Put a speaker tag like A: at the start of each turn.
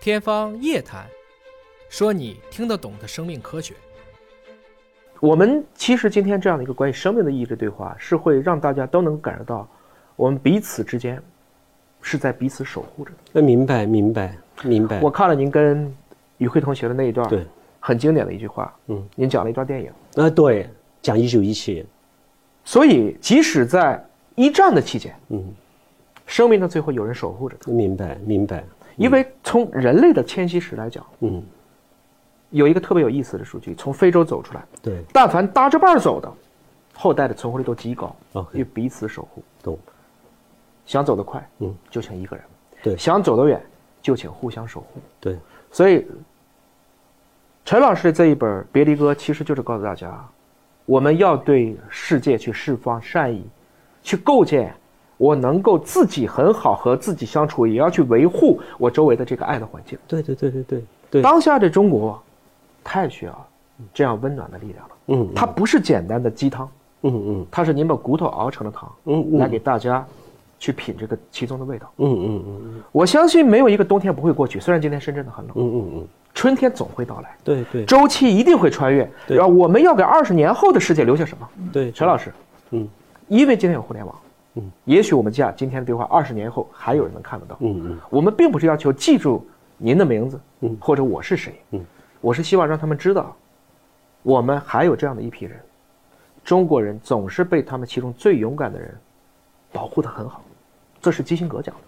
A: 天方夜谭，说你听得懂的生命科学。
B: 我们其实今天这样的一个关于生命的意义的对话，是会让大家都能感受到，我们彼此之间是在彼此守护着的。
C: 那明白，明白，明白。
B: 我看了您跟宇辉同学的那一段，
C: 对，
B: 很经典的一句话，
C: 嗯，
B: 您讲了一段电影。
C: 啊，对，讲一九一七，
B: 所以，即使在一战的期间，
C: 嗯，
B: 生命的最后有人守护着它，
C: 明白，明白，
B: 因为从人类的迁徙史来讲，
C: 嗯，
B: 有一个特别有意思的数据，从非洲走出来，
C: 对，
B: 但凡搭着伴儿走的，后代的存活率都极高，因
C: OK
B: 为彼此守护。
C: 懂，
B: 想走得快，
C: 嗯，
B: 就请一个人；
C: 对，
B: 想走得远，就请互相守护。
C: 对，
B: 所以，陈老师的这一本《别离歌》其实就是告诉大家，我们要对世界去释放善意，去构建我能够自己很好和自己相处，也要去维护我周围的这个爱的环境。
C: 对，对，对，对，对，对，
B: 当下的中国，太需要这样温暖的力量了。
C: 嗯，
B: 它不是简单的鸡汤，
C: 嗯，嗯，
B: 它是您把骨头熬成了汤，
C: 嗯嗯
B: 来给大家去品这个其中的味道。
C: 嗯，嗯，嗯，
B: 我相信没有一个冬天不会过去，虽然今天深圳的很冷，
C: 嗯，嗯，嗯，
B: 春天总会到来，
C: 对，对，
B: 周期一定会穿越。
C: 对
B: 然后我们要给二十年后的世界留下什么？
C: 对，
B: 陈老师，
C: 嗯，
B: 因为今天有互联网，
C: 嗯，
B: 也许我们讲今天的对话，二十年后还有人能看得到。
C: 嗯，嗯，
B: 我们并不是要求记住您的名字，
C: 嗯
B: 或者我是谁，
C: 嗯，
B: 我是希望让他们知道，我们还有这样的一批人，中国人总是被他们其中最勇敢的人保护得很好，这是基辛格讲的。